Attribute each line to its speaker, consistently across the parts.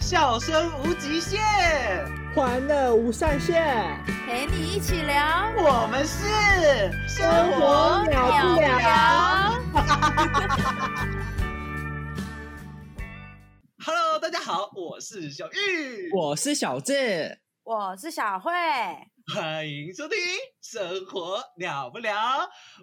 Speaker 1: 笑声无极限，
Speaker 2: 欢乐无上限，
Speaker 3: 陪你一起聊
Speaker 1: 我们是生
Speaker 2: 活秒不了。
Speaker 1: Hello，大家好，我是小玉，
Speaker 2: 我是小智，
Speaker 3: 我是小慧，
Speaker 1: 欢迎收听《生活了不了》，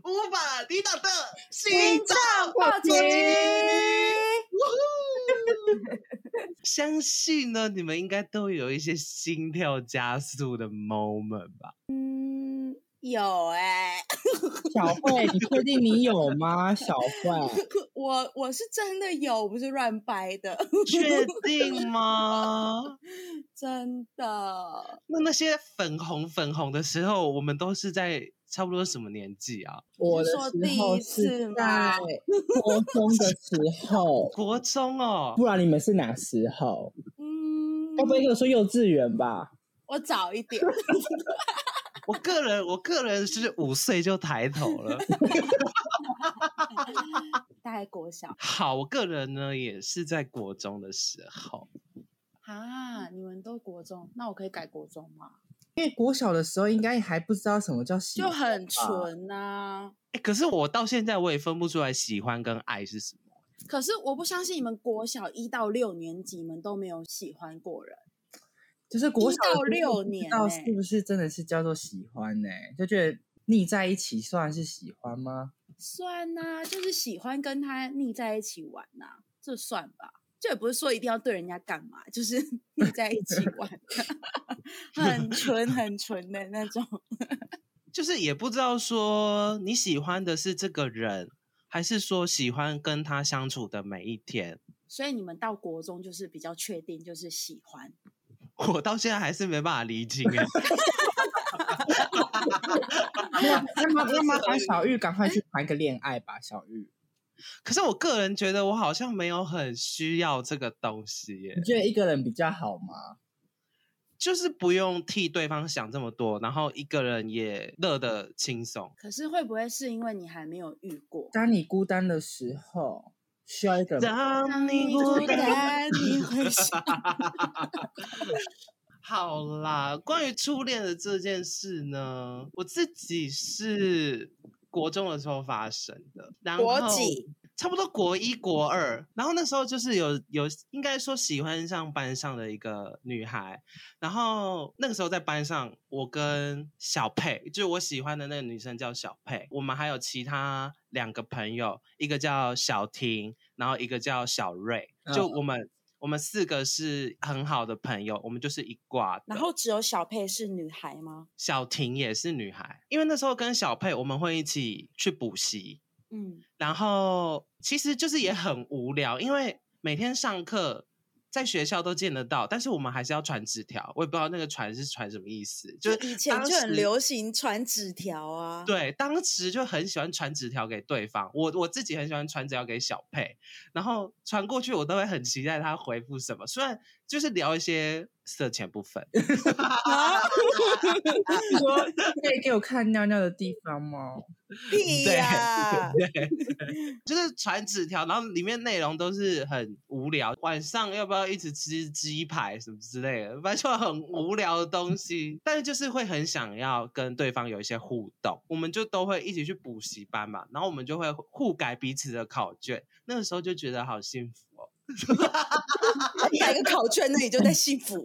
Speaker 1: 无法抵挡的
Speaker 2: 心脏
Speaker 1: 暴
Speaker 2: 暴击
Speaker 1: 呜呼 相信呢，你们应该都有一些心跳加速的 moment 吧？
Speaker 3: 嗯，有哎、
Speaker 2: 小慧，你确定你有吗？小慧，
Speaker 3: 我我是真的有，我不是乱掰的，
Speaker 1: 确定吗？
Speaker 3: 真的。
Speaker 1: 那那些粉红粉红的时候，我们都是在差不多什么年纪啊？
Speaker 2: 我的
Speaker 3: 说第
Speaker 2: 时
Speaker 3: 一
Speaker 2: 候
Speaker 3: 次
Speaker 2: 是
Speaker 3: 吗
Speaker 2: 在国中的时候，
Speaker 1: 国中哦，
Speaker 2: 不然你们是哪时候？
Speaker 3: 嗯，
Speaker 2: 该不会跟我说幼稚园吧？
Speaker 3: 我早一 点，
Speaker 1: 我个人我个人是五岁就抬头了。
Speaker 3: 大概国小
Speaker 1: 好，我个人呢也是在国中的时候，
Speaker 3: 啊。你们都国中，那我可以改国中吗？
Speaker 2: 因为国小的时候应该还不知道什么叫喜
Speaker 3: 就
Speaker 2: 欢，
Speaker 3: 很纯啊呐、
Speaker 1: 哎，可是我到现在我也分不出来喜欢跟爱是什么。
Speaker 3: 可是我不相信你们国小一到六年级，你们都没有喜欢过人。
Speaker 2: 就是国
Speaker 3: 一
Speaker 2: 小的时
Speaker 3: 到
Speaker 2: 候
Speaker 3: 六
Speaker 2: 不知
Speaker 3: 年
Speaker 2: 道
Speaker 3: 欸
Speaker 2: 是不是真的是叫做喜欢呢、就觉得腻在一起算是喜欢吗？
Speaker 3: 算呐、就是喜欢跟他腻在一起玩呐、这算吧。这也不是说一定要对人家干嘛，就是 腻在一起玩，很纯很纯的那种。
Speaker 1: 就是也不知道说你喜欢的是这个人，还是说喜欢跟他相处的每一天。
Speaker 3: 所以你们到国中就是比较确定，就是喜欢。
Speaker 1: 我到现在还是没办法理清哎、
Speaker 2: 那那麻那麻烦小玉赶快去谈个恋爱吧，小玉。
Speaker 1: 可是我个人觉得我好像没有很需要这个东西耶、
Speaker 2: 你觉得一个人比较好吗？
Speaker 1: 就是不用替对方想这么多，然后一个人也乐得轻松。
Speaker 3: 可是会不会是因为你还没有遇过？
Speaker 2: 当你孤单的时候，需要一个人。
Speaker 1: 当你孤
Speaker 3: 孤
Speaker 1: 单。
Speaker 3: 单，你 会想
Speaker 1: 好啦，关于初恋的这件事呢，我自己是国中的时候发生的，然后
Speaker 3: 国几？
Speaker 1: 差不多国一、国二，然后那时候就是有有，应该说喜欢上班上的一个女孩，然后那个时候在班上，我跟小佩，就是我喜欢的那个女生叫小佩，我们还有其他两个朋友，一个叫小婷，然后一个叫小瑞，就
Speaker 2: 嗯
Speaker 1: 我们、我们四个是很好的朋友，我们就是一挂的。
Speaker 3: 然后只有小佩是女孩吗？
Speaker 1: 小婷也是女孩，因为那时候跟小佩我们会一起去补习，
Speaker 3: 嗯，
Speaker 1: 然后其实就是也很无聊，因为每天上课在学校都见得到，但是我们还是要传纸条，我也不知道那个传是传什么意思，就是
Speaker 3: 以前
Speaker 1: 当
Speaker 3: 就很
Speaker 1: 时
Speaker 3: 流行传纸条啊。，
Speaker 1: 对，当时就很喜欢传纸条给对方，我我自己很喜欢传纸条给小佩，然后传过去我都会很期待他回复什么，虽然就是聊一些色情部分，
Speaker 3: 啊，
Speaker 2: 你说可以给我看尿尿的地方吗？
Speaker 3: 屁
Speaker 1: 对
Speaker 3: 呀、
Speaker 1: 就是传纸条，然后里面内容都是很无聊，晚上要不要一直吃鸡排什么之类的，反正就很无聊的东西。但是就是会很想要跟对方有一些互动，我们就都会一起去补习班嘛，然后我们就会互改彼此的考卷。那个时候就觉得好幸福哦，
Speaker 3: 改个考卷，啊那你就在幸福。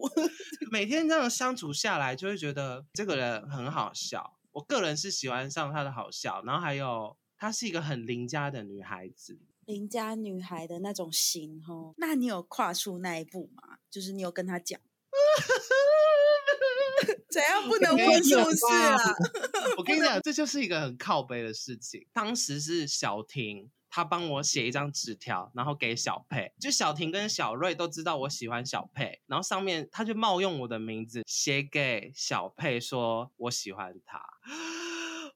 Speaker 1: 每天这样相处下来，就会觉得这个人很好笑。我个人是喜欢上他的好笑，然后还有她是一个很邻家的女孩子。
Speaker 3: 邻家女孩的那种型哦，那你有跨出那一步吗？就是你有跟她讲， 怎样 不能
Speaker 2: 没
Speaker 3: 问是
Speaker 2: 有
Speaker 3: 不是
Speaker 2: 吧
Speaker 3: 啊？
Speaker 1: 我跟你讲，这就是一个很靠背的事情。当时是小婷，她帮我写一张纸条，然后给小佩。就小婷跟小瑞都知道我喜欢小佩，然后上面她就冒用我的名字写给小佩，说我喜欢她。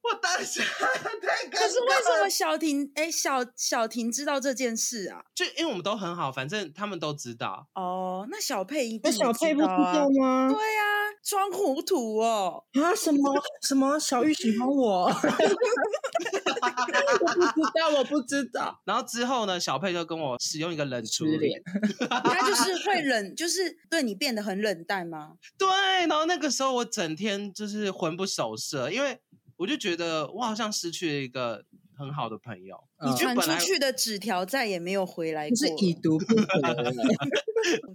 Speaker 1: 我当时 太可
Speaker 3: 可是为什 么小婷哎小小婷知道这件事啊？
Speaker 1: 就因为我们都很好，反正他们都知道。
Speaker 3: 哦，那小佩一定
Speaker 2: 那
Speaker 3: 也
Speaker 2: 小
Speaker 3: 知
Speaker 2: 佩不知
Speaker 3: 道啊
Speaker 2: 道吗？
Speaker 3: 对啊，装糊涂哦。
Speaker 2: 啊，什么什么小玉喜欢我，我 不知道，我不知道，
Speaker 1: 然后之后呢，小佩就跟我使用一个冷处
Speaker 2: 失
Speaker 1: 理，
Speaker 2: 恋，
Speaker 3: 他就是会冷，就是对你变得很冷淡吗？
Speaker 1: 对，然后那个时候我整天就是魂不守舍，因为我就觉得我好像失去了一个很好的朋友。
Speaker 2: 嗯
Speaker 3: 你
Speaker 1: 就
Speaker 3: 传
Speaker 1: 本来
Speaker 3: 出去的纸条再也没有回来
Speaker 2: 就是
Speaker 3: 过
Speaker 2: 已
Speaker 3: 了。
Speaker 2: 读不回了。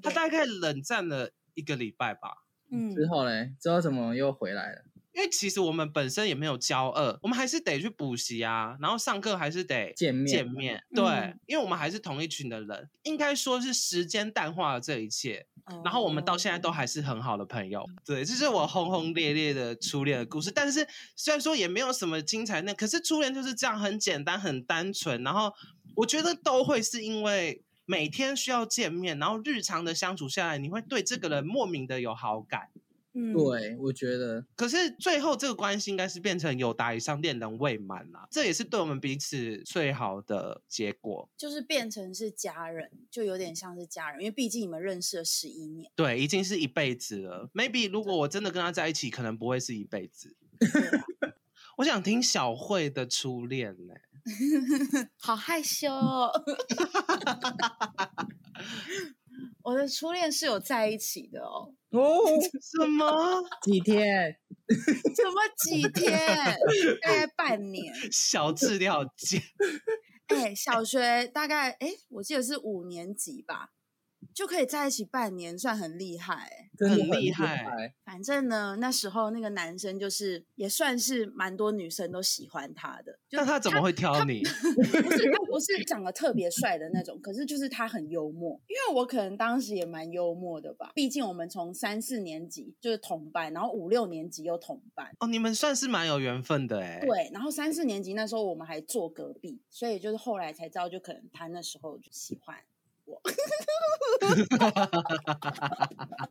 Speaker 1: 他大概冷战了一个礼拜吧，
Speaker 3: 嗯，
Speaker 2: 之后嘞，之后怎么又回来了？
Speaker 1: 因为其实我们本身也没有交恶，我们还是得去补习啊，然后上课还是得
Speaker 2: 见面
Speaker 1: 见面。对，
Speaker 3: 嗯
Speaker 1: 因为我们还是同一群的人，应该说是时间淡化了这一切，然后我
Speaker 3: 哦
Speaker 1: 们到现在都还是很好的朋友。对，这是我轰轰烈烈的初恋的故事。但是虽然说也没有什么精彩那，可是初恋就是这样，很简单，很单纯。然后我觉得都会是因为每天需要见面，然后日常的相处下来，你会对这个人莫名的有好感。
Speaker 3: 嗯，
Speaker 2: 对，我觉得
Speaker 1: 可是最后这个关系应该是变成友达以上恋人未满啦，这也是对我们彼此最好的结果。
Speaker 3: 就是变成是家人，就有点像是家人，因为毕竟你们认识了十一年。
Speaker 1: 对，已经是一辈子了。Maybe 如果我真的跟他在一起，可能不会是一辈子。
Speaker 3: 对啊
Speaker 1: 我想听小慧的初恋呢、
Speaker 3: 好害羞、哦。 我的初恋是有在一起的哦，
Speaker 2: 哦，
Speaker 1: 什么
Speaker 2: 几天
Speaker 3: 怎么几天？大概半年。
Speaker 1: 小智你好贱？
Speaker 3: 哎、小学大概哎、我记得是五年级吧，就可以在一起半年，算很厉害欸、
Speaker 2: 真的
Speaker 1: 很厉
Speaker 2: 厉
Speaker 1: 害
Speaker 3: 反正呢，那时候那个男生就是也算是蛮多女生都喜欢他的，就
Speaker 1: 那他怎么会挑你？
Speaker 3: 不是他不是长得特别帅的那种，可是就是他很幽默，因为我可能当时也蛮幽默的吧，毕竟我们从三四年级就是同班，然后五六年级又同班。
Speaker 1: 哦，你们算是蛮有缘分的哎、
Speaker 3: 对，然后三四年级那时候我们还坐隔壁，所以就是后来才知道，就可能他那时候就喜欢我，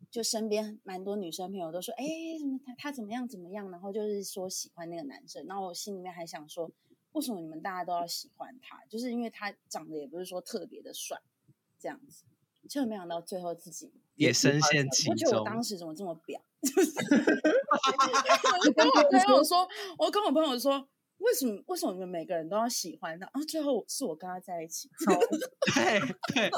Speaker 3: 就身边蛮多女生朋友都说，哎、什么他他怎么样怎么样，然后就是说喜欢那个男生，然后我心里面还想说，为什么你们大家都要喜欢他？就是因为他长得也不是说特别的帅，这样子，就没想到最后自己，
Speaker 1: 也深陷其
Speaker 3: 我觉得我
Speaker 1: 中。
Speaker 3: 当时怎么这么婊？ 我跟我朋友 说，我跟我朋友说，为什么为什么你们每个人都要喜欢他？然后最后是我跟他在一起，
Speaker 1: 对 对，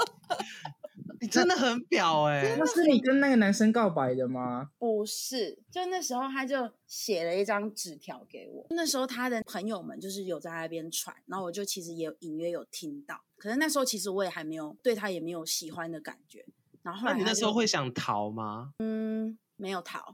Speaker 1: 你真的很表哎、
Speaker 2: 那是你跟那个男生告白的吗？
Speaker 3: 不是，就那时候他就写了一张纸条给我。那时候他的朋友们就是有在那边传，然后我就其实也有隐约有听到，可是那时候其实我也还没有对他也没有喜欢的感觉。然后后
Speaker 1: 那
Speaker 3: 来
Speaker 1: 你
Speaker 3: 他
Speaker 1: 那时
Speaker 3: 就
Speaker 1: 候会想逃吗？
Speaker 3: 嗯没有逃，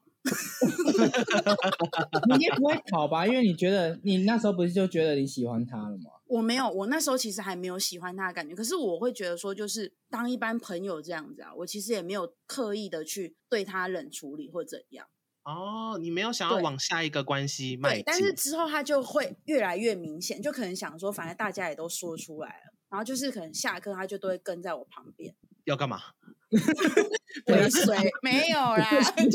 Speaker 2: 你应该不会考吧？因为你觉得你那时候不是就觉得你喜欢他 了吗？
Speaker 3: 我没有，我那时候其实还没有喜欢他的感觉，可是我会觉得说，就是当一般朋友这样子啊，我其实也没有刻意的去对他冷处理或怎样。
Speaker 1: 哦，你没有想要
Speaker 3: 对
Speaker 1: 往下一个关系迈
Speaker 3: 对
Speaker 1: 进，，
Speaker 3: 但是之后他就会越来越明显，就可能想说，
Speaker 1: 嗯
Speaker 3: 反正大家也都说出来了，然后就是可能下课他就都会跟在我旁 边
Speaker 1: 要干 嘛？啊
Speaker 3: 尾随，没有啦，
Speaker 2: 你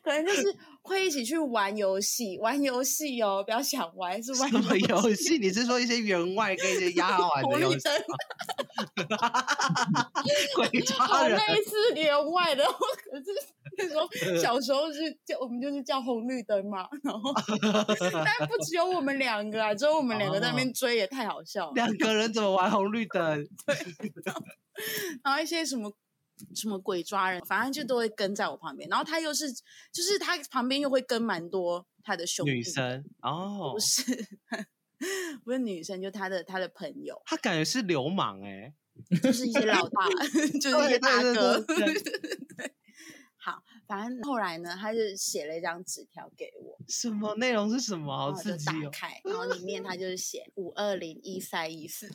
Speaker 3: 可能就是会一起去玩游戏，玩游戏哦，不要想玩是玩
Speaker 1: 什么
Speaker 3: 游
Speaker 1: 游戏？你是说一些员外跟一些丫鬟
Speaker 3: 红
Speaker 1: 的游
Speaker 3: 绿
Speaker 1: 戏？
Speaker 3: 灯，
Speaker 1: 鬼 抓
Speaker 3: 好
Speaker 1: 啊人？
Speaker 3: 类似员外的，可 是那时候
Speaker 1: 呃
Speaker 3: 小时候是叫我们就是叫红绿灯嘛，然后但不只有我们两个啊，只有我们两个在那
Speaker 1: 哦
Speaker 3: 边追也太好笑了。
Speaker 1: 两个人怎么玩红绿灯？
Speaker 3: 然后一些什么什么鬼抓人，反正就都会跟在我旁边。然后他又是，就是他旁边又会跟蛮多他的兄弟，
Speaker 1: 女生哦
Speaker 3: 不，是不是女生，就他的他的朋友，
Speaker 1: 他感觉是流氓哎、
Speaker 3: 就 是一些老大，就是一
Speaker 1: 对
Speaker 3: 些大
Speaker 1: 对对
Speaker 3: 哥。
Speaker 1: 对对
Speaker 3: 好，反正后来呢，他就写了一张纸条给我，
Speaker 1: 什么内容是什么？
Speaker 3: 然
Speaker 1: 好
Speaker 3: 后我就
Speaker 1: 刺激
Speaker 3: 打
Speaker 1: 哦！
Speaker 3: 开，然后里面他就是写五二零一三一 四，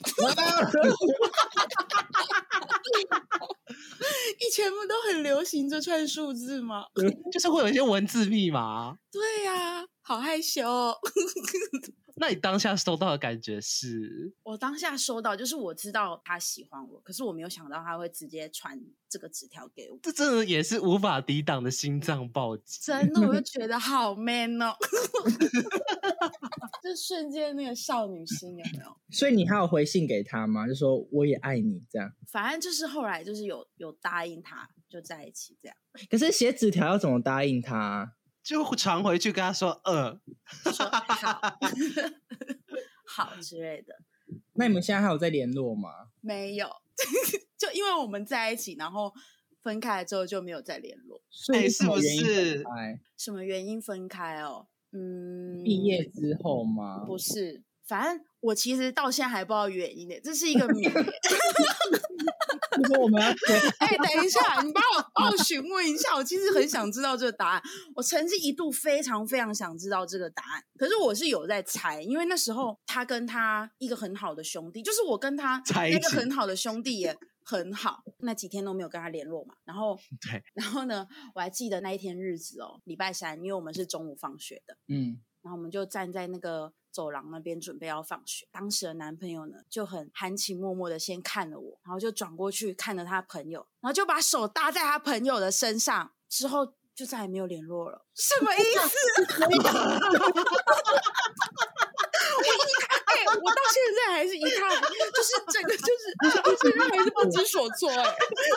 Speaker 3: 以前不都很流行这串数字吗？
Speaker 1: 就是会有一些文字密码。啊
Speaker 3: 对呀、好害羞、哦。
Speaker 1: 那你当下收到的感觉是？
Speaker 3: 我当下收到，就是我知道他喜欢我，可是我没有想到他会直接传这个纸条给我。
Speaker 1: 这真的也是无法抵挡的心脏暴击。
Speaker 3: 真的，我就觉得好 man 哦， 就瞬间那个少女心有没有？
Speaker 2: 所以你还有回信给他吗？就说我也爱你这样。
Speaker 3: 反正就是后来就是有有答应他，就在一起这样。
Speaker 2: 可是写纸条要怎么答应他？
Speaker 1: 就传回去跟他说呃饿。
Speaker 3: 说 好好之类的，
Speaker 2: 那你们现在还有在联络吗？
Speaker 3: 没有， 就因为我们在一起，然后分开了之后就没有再联络。
Speaker 2: 所
Speaker 1: 哎
Speaker 2: 以
Speaker 1: 是不是
Speaker 2: 哎，
Speaker 3: 什么原因分开哦？嗯，
Speaker 2: 毕业之后吗？
Speaker 3: 不是，反正我其实到现在还不知道原因呢，这是一个谜欸。
Speaker 2: 就说我们要结
Speaker 3: 哎、等一下，你帮我帮我询问一下，我其实很想知道这个答案。我曾经一度非常非常想知道这个答案，可是我是有在猜，因为那时候他跟他一个很好的兄弟，就是我跟他
Speaker 1: 在一
Speaker 3: 那个
Speaker 1: 起
Speaker 3: 很好的兄弟也很好，那几天都没有跟他联络嘛。然后
Speaker 1: 对，
Speaker 3: 然后呢，我还记得那一天日子哦，礼拜三，因为我们是中午放学的，
Speaker 2: 嗯，
Speaker 3: 然后我们就站在那个走廊那边准备要放学。当时的男朋友呢就很含情脉脉的先看了我，然后就转过去看了他朋友，然后就把手搭在他朋友的身上，之后就再也没有联络了。什么意思？ 哎、我到现在还是一看，就是整个就是 我现在还是不知所措、哎，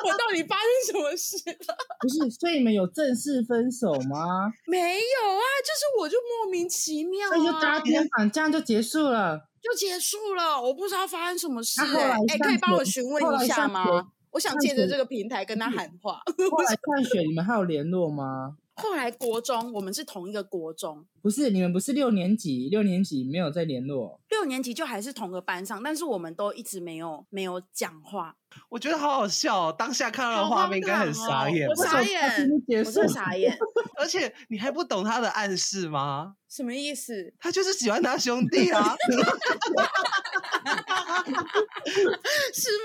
Speaker 3: 我到底发生什么事？
Speaker 2: 不是，所以你们有正式分手吗？
Speaker 3: 没有啊，就是我就莫名其妙、啊，
Speaker 2: 所以就搭肩膀，这样就结束了。
Speaker 3: 就结束了，我不知道发生什么事、
Speaker 2: 那后
Speaker 3: 欸。
Speaker 2: 来
Speaker 3: 哎、可
Speaker 2: 上
Speaker 3: 以帮我
Speaker 2: 学
Speaker 3: 询
Speaker 2: 后
Speaker 3: 问一
Speaker 2: 来
Speaker 3: 下
Speaker 2: 上
Speaker 3: 吗
Speaker 2: 学？
Speaker 3: 我想
Speaker 2: 上
Speaker 3: 借着
Speaker 2: 学嗯
Speaker 3: 这个平台跟他喊话。
Speaker 2: 后来 上学，你们还有联络吗？
Speaker 3: 后来国中，我们是同一个国中，
Speaker 2: 不是，你们不是六年级，六年级没有在联络。
Speaker 3: 六年级就还是同个班上，但是我们都一直没有没有讲话，
Speaker 1: 我觉得好好笑、哦，当下看到的
Speaker 3: 好
Speaker 1: 画
Speaker 3: 荒
Speaker 1: 面应该很
Speaker 3: 唐哦
Speaker 1: 傻眼
Speaker 3: 我
Speaker 1: 吧，
Speaker 3: 傻
Speaker 2: 为什么
Speaker 3: 眼
Speaker 2: 不结
Speaker 3: 我真的
Speaker 2: 束
Speaker 3: 傻眼，
Speaker 1: 而且你还不懂他的暗示吗？
Speaker 3: 什么意思？
Speaker 1: 他就是喜欢他兄弟啊，
Speaker 3: 是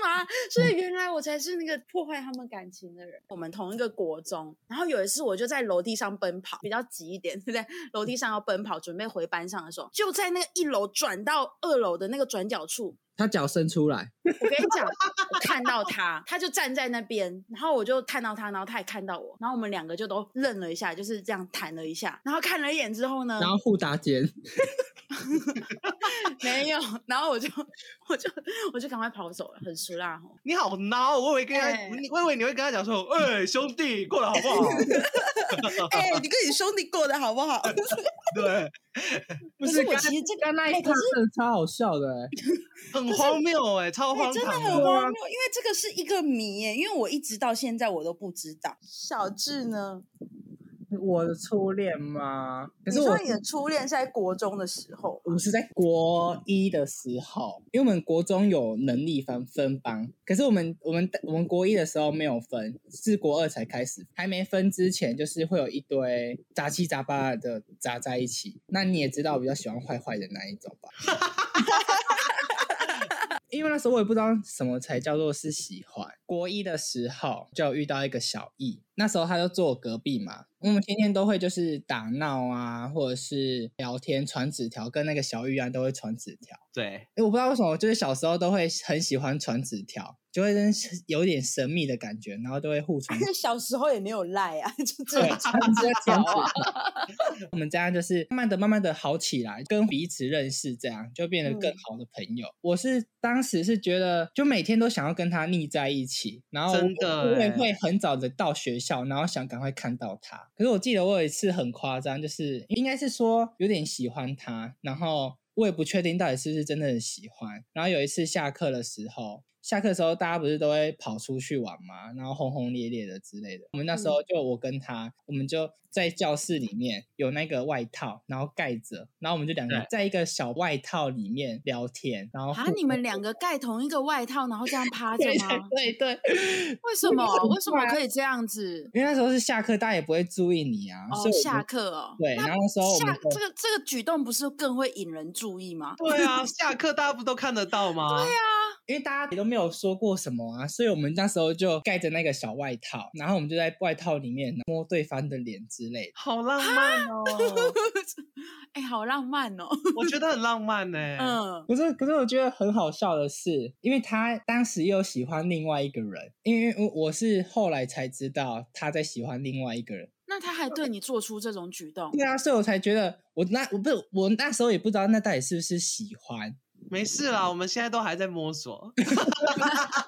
Speaker 3: 吗？所
Speaker 2: 嗯
Speaker 3: 以原来我才是那个破坏他们感情的人。我们同一个国中，然后有一次我就在楼梯上奔跑，比较急一点，对不对？楼梯上要奔跑，准备回班上的时候，就在那个一楼转到二楼的那个转角处，
Speaker 2: 他脚伸出来，
Speaker 3: 我跟你讲，我看到他，他就站在那边，然后我就看到他，然后他也看到我，然后我们两个就都愣了一下，就是这样谈了一下，然后看了一眼之后呢
Speaker 2: 然，后互搭肩。
Speaker 3: 没有，然后我就我就我就赶快跑走了，很熟啦 吼。
Speaker 1: 你好孬哦，我以为跟他，
Speaker 3: 哎
Speaker 1: 你我以为你会跟他讲说，哎、兄弟，过得好不 好？
Speaker 3: 哎、你跟你兄弟过得好不好？
Speaker 2: 呃
Speaker 1: 对，
Speaker 3: 可
Speaker 2: 不
Speaker 3: 是我
Speaker 2: 刚
Speaker 3: 其实 这个
Speaker 2: 刚那
Speaker 3: 哎
Speaker 2: 一
Speaker 3: 可
Speaker 2: 刻真的超好笑的、欸，
Speaker 1: 很荒谬哎、超
Speaker 3: 对
Speaker 1: 荒
Speaker 3: 真的
Speaker 1: 唐
Speaker 3: 很
Speaker 1: 的。
Speaker 2: 啊
Speaker 3: 荒谬，因为这个是一个谜耶，因为我一直到现在我都不知道。小智呢？
Speaker 2: 我的初恋吗？可
Speaker 3: 你
Speaker 2: 是我嗯
Speaker 3: 说你的初恋是在国中的时候，
Speaker 2: 我是在国一的时候，因为我们国中有能力分分班，可是我们我们我们国一的时候没有分，是国二才开始。还没分之前，就是会有一堆杂七杂八的杂在一起。那你也知道，我比较喜欢坏坏的那一种吧。因为那时候我也不知道什么才叫做是喜欢。国一的时候就有遇到一个小易，那时候他就坐我隔壁嘛，我们天天都会就是打闹啊，或者是聊天、传纸条，跟那个小易啊都会传纸条。
Speaker 1: 对，
Speaker 2: 诶我不知道为什么，就是小时候都会很喜欢传纸条，就会真是有点神秘的感觉，然后都会互传
Speaker 3: 小时候也没有赖啊， 就这
Speaker 2: 对，
Speaker 3: 样。
Speaker 2: 传纸条啊。我们这样就是慢慢的、慢慢的好起来，跟彼此认识，这样就变得更
Speaker 3: 嗯
Speaker 2: 好的朋友。我是当时是觉得，就每天都想要跟他腻在一起，然后我
Speaker 1: 真的
Speaker 2: 我也
Speaker 1: 欸
Speaker 2: 会很早的到学校，然后想赶快看到他。可是我记得我有一次很夸张，就是应该是说有点喜欢他，然后我也不确定到底是不是真的很喜欢。然后有一次下课的时候，下课的时候大家不是都会跑出去玩嘛，然后轰轰烈烈的之类的。我们那时
Speaker 3: 嗯
Speaker 2: 候就我跟他，我们就在教室里面有那个外套，然后盖着，然后我们就两个
Speaker 1: 对
Speaker 2: 在一个小外套里面聊天，然后
Speaker 3: 啊
Speaker 2: 互！
Speaker 3: 你们两个盖同一个外套，然后这样趴着吗？
Speaker 2: 对对对，
Speaker 3: 为什么？为什么可以这样子？
Speaker 2: 因为那时候是下课，大家也不会注意你啊，所
Speaker 3: 哦，
Speaker 2: 以我
Speaker 3: 下
Speaker 2: 们
Speaker 3: 课哦。
Speaker 2: 对，
Speaker 3: 那
Speaker 2: 然后那时候我
Speaker 3: 下
Speaker 2: 们就
Speaker 3: 这个这个举动不是更会引人注意吗？
Speaker 1: 对啊，下课大家不都看得到吗？对啊，
Speaker 2: 因为大家也都没有说过什么啊，所以我们那时候就盖着那个小外套，然后我们就在外套里面摸对方的脸之类的。
Speaker 1: 好浪漫哦，
Speaker 3: 哎、好浪漫哦。
Speaker 1: 我觉得很浪漫呢、
Speaker 3: 嗯，
Speaker 2: 可是，可是我觉得很好笑的是，因为他当时又喜欢另外一个人，因为我我是后来才知道他在喜欢另外一个人。
Speaker 3: 那他还对你做出这种举动，
Speaker 2: 对啊，所以我才觉得我那我不是我那时候也不知道那到底是不是喜欢，
Speaker 1: 没事啦，我们现在都还在摸索，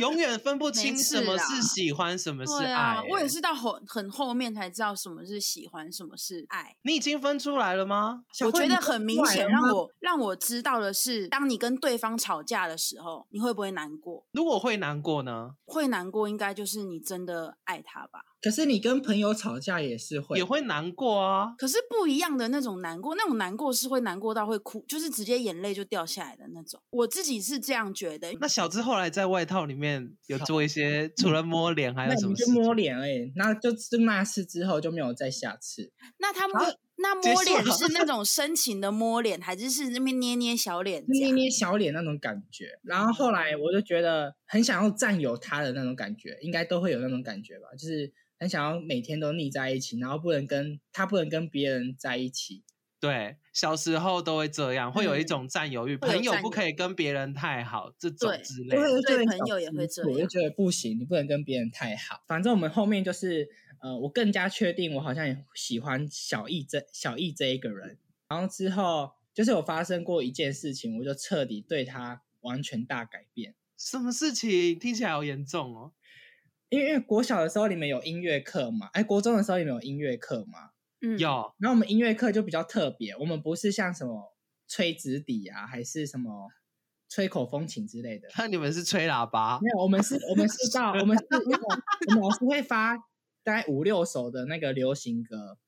Speaker 1: 永远分不清
Speaker 3: 没事
Speaker 1: 什么
Speaker 3: 啦
Speaker 1: 是喜欢，什么是
Speaker 3: 对
Speaker 1: 爱、
Speaker 3: 啊，我也
Speaker 1: 欸
Speaker 3: 是到后很后面才知道什么是喜欢，什么是爱。
Speaker 1: 你已经分出来了吗？
Speaker 2: 小
Speaker 3: 我
Speaker 2: 慧
Speaker 3: 觉
Speaker 2: 你
Speaker 3: 得
Speaker 2: 不
Speaker 3: 很明
Speaker 2: 怪
Speaker 3: 显，
Speaker 2: 了
Speaker 3: 让
Speaker 2: 吗
Speaker 3: 我让我知道的是，当你跟对方吵架的时候，你会不会难过？
Speaker 1: 如果会难过呢，
Speaker 3: 会难过，应该就是你真的爱他吧。
Speaker 2: 可是你跟朋友吵架也是会，
Speaker 1: 也会难过啊。
Speaker 3: 可是不一样的那种难过，那种难过是会难过到会哭，就是直接眼泪就掉下来的那种。我自己是这样觉得。
Speaker 1: 那小智后来在外套里面有做一些，除了摸脸还
Speaker 2: 那
Speaker 1: 有什
Speaker 2: 你
Speaker 1: 么事
Speaker 2: 就
Speaker 1: 情？
Speaker 2: 摸脸而已，那就就那次之后就没有再下次。
Speaker 3: 那
Speaker 2: 啊
Speaker 3: 他摸、那
Speaker 1: 结
Speaker 3: 摸
Speaker 1: 束
Speaker 3: 脸
Speaker 1: 了
Speaker 3: 是那种深情的摸脸，还是是那边捏捏小脸
Speaker 2: 就
Speaker 3: 颊
Speaker 2: 捏？捏小脸那种感觉。然后后来我就觉得很想要占有他的那种感觉，应该都会有那种感觉吧，就是很想要每天都腻在一起，然后不能跟他不能跟别人在一起。
Speaker 1: 对，小时候都会这样，会有一
Speaker 3: 嗯
Speaker 1: 种占有欲，
Speaker 3: 会有
Speaker 1: 朋友
Speaker 3: 占
Speaker 1: 不可
Speaker 3: 有
Speaker 1: 以跟别人太好，这种
Speaker 3: 对
Speaker 1: 之类
Speaker 2: 对
Speaker 1: 的。
Speaker 3: 对
Speaker 2: 对
Speaker 3: 朋友也会这
Speaker 2: 我就
Speaker 3: 样
Speaker 2: 觉得不行，你不能跟别人太好。反正我们后面就是，呃，我更加确定我好像也喜欢小易这小易这一个人。然后之后就是有发生过一件事情，我就彻底对他完全大改变。
Speaker 1: 什么事情听起来好严重哦？
Speaker 2: 因为因为国小的时候你们有音乐课嘛，哎，国中的时候你们有音乐课嘛，
Speaker 3: 嗯，
Speaker 1: 有
Speaker 2: 然后我们音乐课就比较特别，我们不是像什么吹纸笛啊，还是什么吹口风琴之类的，
Speaker 1: 那 你们是吹喇叭
Speaker 2: 没有，我们是，我们是到我们是，因为我们老师会发大概五六首的那个流行歌，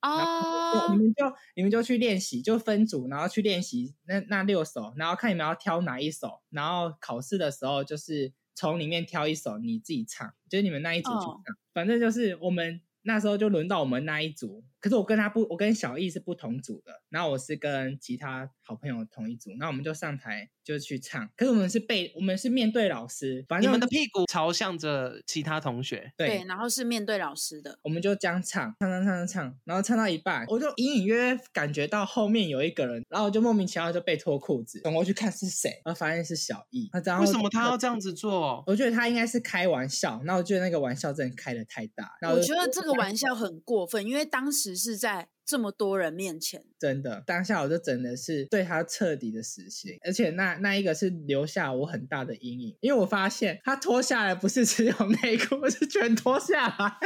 Speaker 2: 然后
Speaker 3: 哦
Speaker 1: 嗯
Speaker 2: 就你，们就你们就去练习，就分组，然后去练习那那六首，然后看你们要挑哪一首，然后考试的时候就是从里面挑一首你自己唱，就是你们那一组去唱。
Speaker 3: 哦
Speaker 2: 反正就是我们那时候就轮到我们那一组，可是我跟他不，我跟小易是不同组的，然后我是跟其他好朋友同一组，那我们就上台就去唱，可是我们是被我们是面对老师，反
Speaker 1: 你
Speaker 2: 正
Speaker 1: 们
Speaker 2: 我
Speaker 1: 的屁股朝向着其他同学，
Speaker 3: 对，然后是面对老师的，
Speaker 2: 我们就这样唱，唱唱唱唱唱，然后唱到一半，我就隐隐约约感觉到后面有一个人，然后我就莫名其妙就被脱裤子，转过去看是谁，然后发现是小易。那然后
Speaker 1: 为什么他要这样子做？
Speaker 2: 我觉得他应该是开玩笑，那我觉得那个玩笑真的开的太大。然后
Speaker 3: 我
Speaker 2: 就
Speaker 3: 觉得这个玩笑很过分，因为当时是在这么多人面前，
Speaker 2: 真的，当下我就真的是对他彻底的死心，而且那那一个是留下我很大的阴影，因为我发现他脱下来不是只有内裤， 是全脱下来。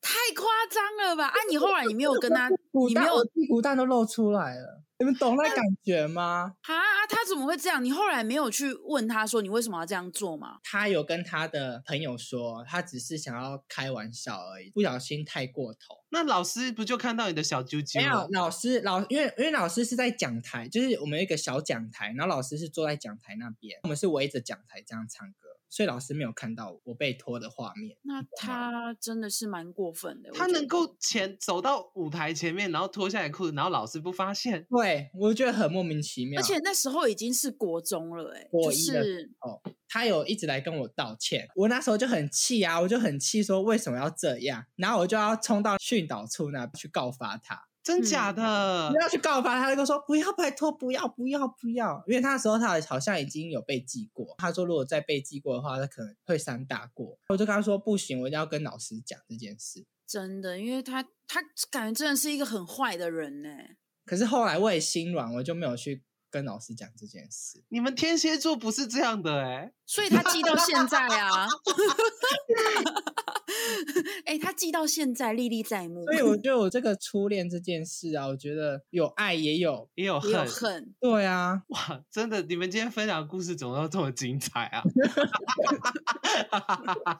Speaker 3: 太夸张了吧？啊，你后来你没有跟 他，
Speaker 2: 股
Speaker 3: 你没
Speaker 2: 蛋
Speaker 3: 有
Speaker 2: 我屁股蛋都露出来了，你们懂那感觉吗？
Speaker 3: 哈啊，他怎么会这样？你后来没有去问他说你为什么要这样做吗？
Speaker 2: 他有跟他的朋友说，他只是想要开玩笑而已，不小心太过头。
Speaker 1: 那老师不就看到你的小啾
Speaker 2: 没
Speaker 1: 啾
Speaker 2: 有
Speaker 1: 了？
Speaker 2: 老师老，因为因为老师是在讲台，就是我们有一个小讲台，然后老师是坐在讲台那边，我们是围着讲台这样唱歌，所以老师没有看到我被拖的画面。
Speaker 3: 那他真的是蛮过分的，我
Speaker 1: 他
Speaker 3: 觉
Speaker 1: 能
Speaker 3: 得
Speaker 1: 够前走到舞台前面，然后脱下来裤子，然后老师不发现，
Speaker 2: 对，我觉得很莫名其妙。
Speaker 3: 而且那时候已经是国中了、欸，哎，
Speaker 2: 国
Speaker 3: 就
Speaker 2: 一的
Speaker 3: 是
Speaker 2: 哦他有一直来跟我道歉，我那时候就很气啊，我就很气说为什么要这样，然后我就要冲到训导处那去告发他。
Speaker 1: 真假
Speaker 3: 嗯
Speaker 1: 的
Speaker 2: 不？要去告发他，他就说不要，拜托不要，不要，不要。因为他那时候他好像已经有被记过，他说如果再被记过的话，他可能会三大过。我就跟他说不行，我一定要跟老师讲这件事。
Speaker 3: 真的，因为他他感觉真的是一个很坏的人欸呢、
Speaker 2: 可是后来我也心软，我就没有去跟老师讲这件事。
Speaker 1: 你们天蝎座不是这样的哎、
Speaker 3: 所以他记到现在啊，哎、他记到现在历历在目，
Speaker 2: 所以我觉得我这个初恋这件事啊，我觉得有爱也有
Speaker 1: 也有
Speaker 3: 也有
Speaker 1: 恨
Speaker 3: 恨，
Speaker 2: 对啊，
Speaker 1: 哇！真的，你们今天分享的故事怎么都这么精彩啊？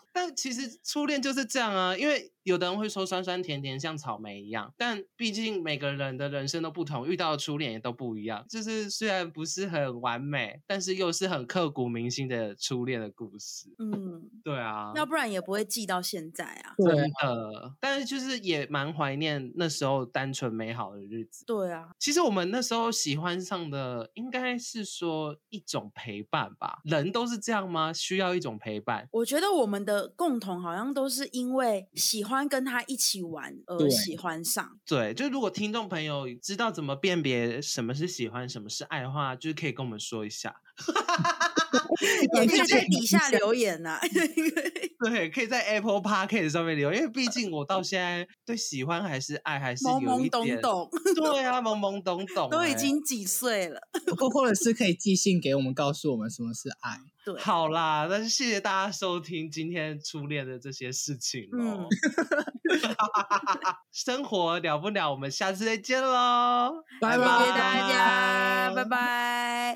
Speaker 1: 但其实初恋就是这样啊，因为有的人会说酸酸甜甜像草莓一样，但毕竟每个人的人生都不同，遇到的初恋也都不一样。就是虽然不是很完美，但是又是很刻骨铭心的初恋的故事。
Speaker 3: 嗯，
Speaker 1: 对啊，
Speaker 3: 要不然也不会记到现在啊。
Speaker 2: 对
Speaker 1: 真的，但是就是也蛮怀念那时候单纯美好的日子。
Speaker 3: 对啊，
Speaker 1: 其实我们那时候喜欢上的应该是说一种陪伴吧，人都是这样吗？需要一种陪伴。
Speaker 3: 我觉得我们的共同好像都是因为喜欢跟他一起玩而
Speaker 2: 对
Speaker 3: 喜欢上。
Speaker 1: 对，就如果听众朋友知道怎么辨别什么是喜欢，什么是爱的话，就是可以跟我们说一下。
Speaker 3: 也可以在底下留言啊 呐、
Speaker 1: 对，可以在 Apple Park 上面留，因为毕竟我到现在对喜欢还是爱还是有
Speaker 3: 懵懵
Speaker 1: 一
Speaker 3: 懂
Speaker 1: 点，
Speaker 3: 懂，
Speaker 1: 对啊，懵懵懂懂、
Speaker 3: 都已
Speaker 1: 欸
Speaker 3: 经几岁了，
Speaker 2: 或或者是可以寄信给我们，告诉我们什么是爱。
Speaker 3: 对，
Speaker 1: 好啦，但是谢谢大家收听今天初恋的这些事情哦。生活了不了，我们下次再见喽，
Speaker 2: 拜
Speaker 3: 谢
Speaker 2: 拜
Speaker 3: 谢大家，拜拜。